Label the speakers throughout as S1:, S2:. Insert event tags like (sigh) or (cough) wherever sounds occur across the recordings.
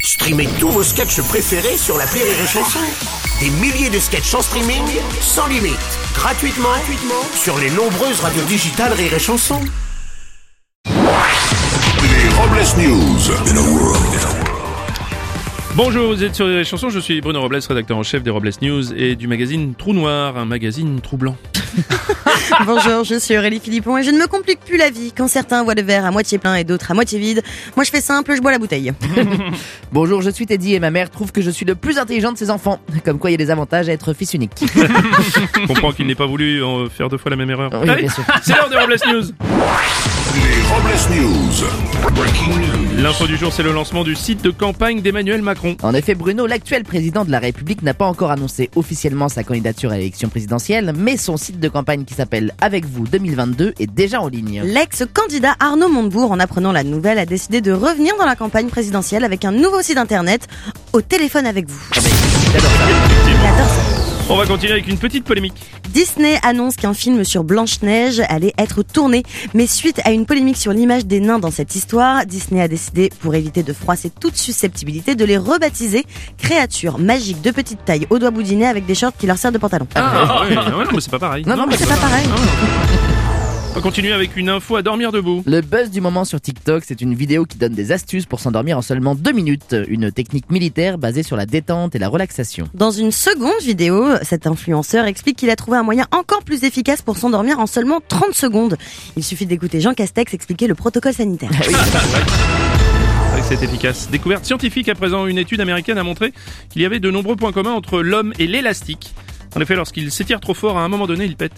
S1: Streamez tous vos sketchs préférés sur la Rire et Chanson. Des milliers de sketchs en streaming, sans limite, gratuitement, gratuitement sur les nombreuses radios digitales Rire et Chanson.
S2: Les Robles News. In a world.
S3: Bonjour, vous êtes sur les chansons, je suis Bruno Robles, rédacteur en chef des Robles News et du magazine Trou Noir, un magazine
S4: (laughs)
S3: troublant.
S5: Bonjour, je suis Aurélie Philippon et je ne me complique plus la vie. Quand certains voient le verre à moitié plein et d'autres à moitié vide, moi je fais simple, je bois la bouteille.
S4: Bonjour, je suis Teddy et ma mère trouve que je suis le plus intelligent de ses enfants. Comme quoi, il y a des avantages à être fils unique.
S3: Je comprends qu'il n'ait pas voulu euh, faire deux fois la même erreur.
S4: Oui,
S3: Allez,
S4: bien sûr.
S3: (laughs) c'est l'heure des Robles News
S2: Les Robles News. Breaking news.
S3: L'info du jour, c'est le lancement du site de campagne d'Emmanuel Macron.
S4: En effet, Bruno, l'actuel président de la République, n'a pas encore annoncé officiellement sa candidature à l'élection présidentielle, mais son site de campagne qui s'appelle Avec vous 2022 est déjà en ligne.
S5: (laughs) L'ex-candidat Arnaud Montebourg, en apprenant la nouvelle, a décidé de revenir dans la campagne présidentielle avec un nouveau site internet, au téléphone avec vous.
S4: J'adore ça.
S5: J'adore ça.
S3: On va continuer avec une petite polémique.
S5: Disney annonce qu'un film sur Blanche-Neige allait être tourné, mais suite à une polémique sur l'image des nains dans cette histoire, Disney a décidé, pour éviter de froisser toute susceptibilité, de les rebaptiser créatures magiques de petite taille aux doigts boudinés avec des shorts qui leur servent de pantalon.
S3: Ah, ouais, ouais, non, mais c'est pas pareil. Ah.
S4: Non, non, mais
S5: C'est pas pareil.
S3: On va continuer avec une info à dormir debout.
S4: Le buzz du moment sur TikTok, c'est une vidéo qui donne des astuces pour s'endormir en seulement deux minutes. Une technique militaire basée sur la détente et la relaxation.
S5: Dans une seconde vidéo, cet influenceur explique qu'il a trouvé un moyen encore plus efficace pour s'endormir en seulement 30 secondes. Il suffit d'écouter Jean Castex expliquer le protocole sanitaire.
S3: C'est vrai que C'est efficace. Découverte scientifique à présent, une étude américaine a montré qu'il y avait de nombreux points communs entre l'homme et l'élastique. En effet, lorsqu'il s'étire trop fort, à un moment donné, il pète.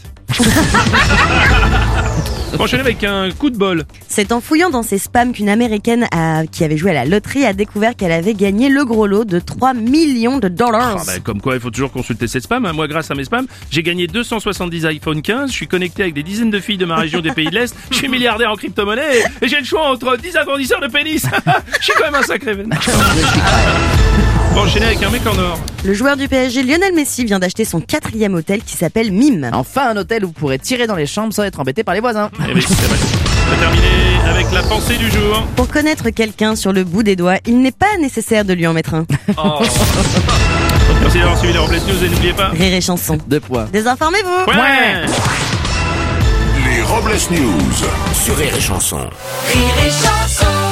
S3: On va enchaîner avec un coup de bol.
S5: C'est en fouillant dans ses spams qu'une américaine a- qui avait joué à la loterie a découvert qu'elle avait gagné le gros lot de 3 millions de dollars.
S3: Ah bah, comme quoi, il faut toujours consulter ses spams. hein. Moi, grâce à mes spams, j'ai gagné 270 iPhone 15. Je suis connecté avec des dizaines de filles de ma région des pays de l'Est. Je suis milliardaire en crypto-monnaie et, et j'ai le choix entre 10 agrandisseurs de pénis. (laughs) Je suis quand même un sacré vénard. On va enchaîner avec un mec en or.
S5: Le joueur du PSG Lionel Messi vient d'acheter son quatrième hôtel qui s'appelle Mime.
S4: Enfin, un hôtel où vous pourrez tirer dans les chambres sans être embêté par les voisins.
S3: Eh oui, c'est vrai. On va terminer avec la pensée du jour.
S5: Pour connaître quelqu'un sur le bout des doigts, il n'est pas nécessaire de lui en mettre un.
S3: Oh. Merci d'avoir suivi les Robles News et n'oubliez pas.
S5: Rire et chanson.
S4: Deux points.
S5: Désinformez-vous
S3: Ouais.
S2: Les Robles News.
S1: Sur Rire et Chanson.
S6: Rire et chanson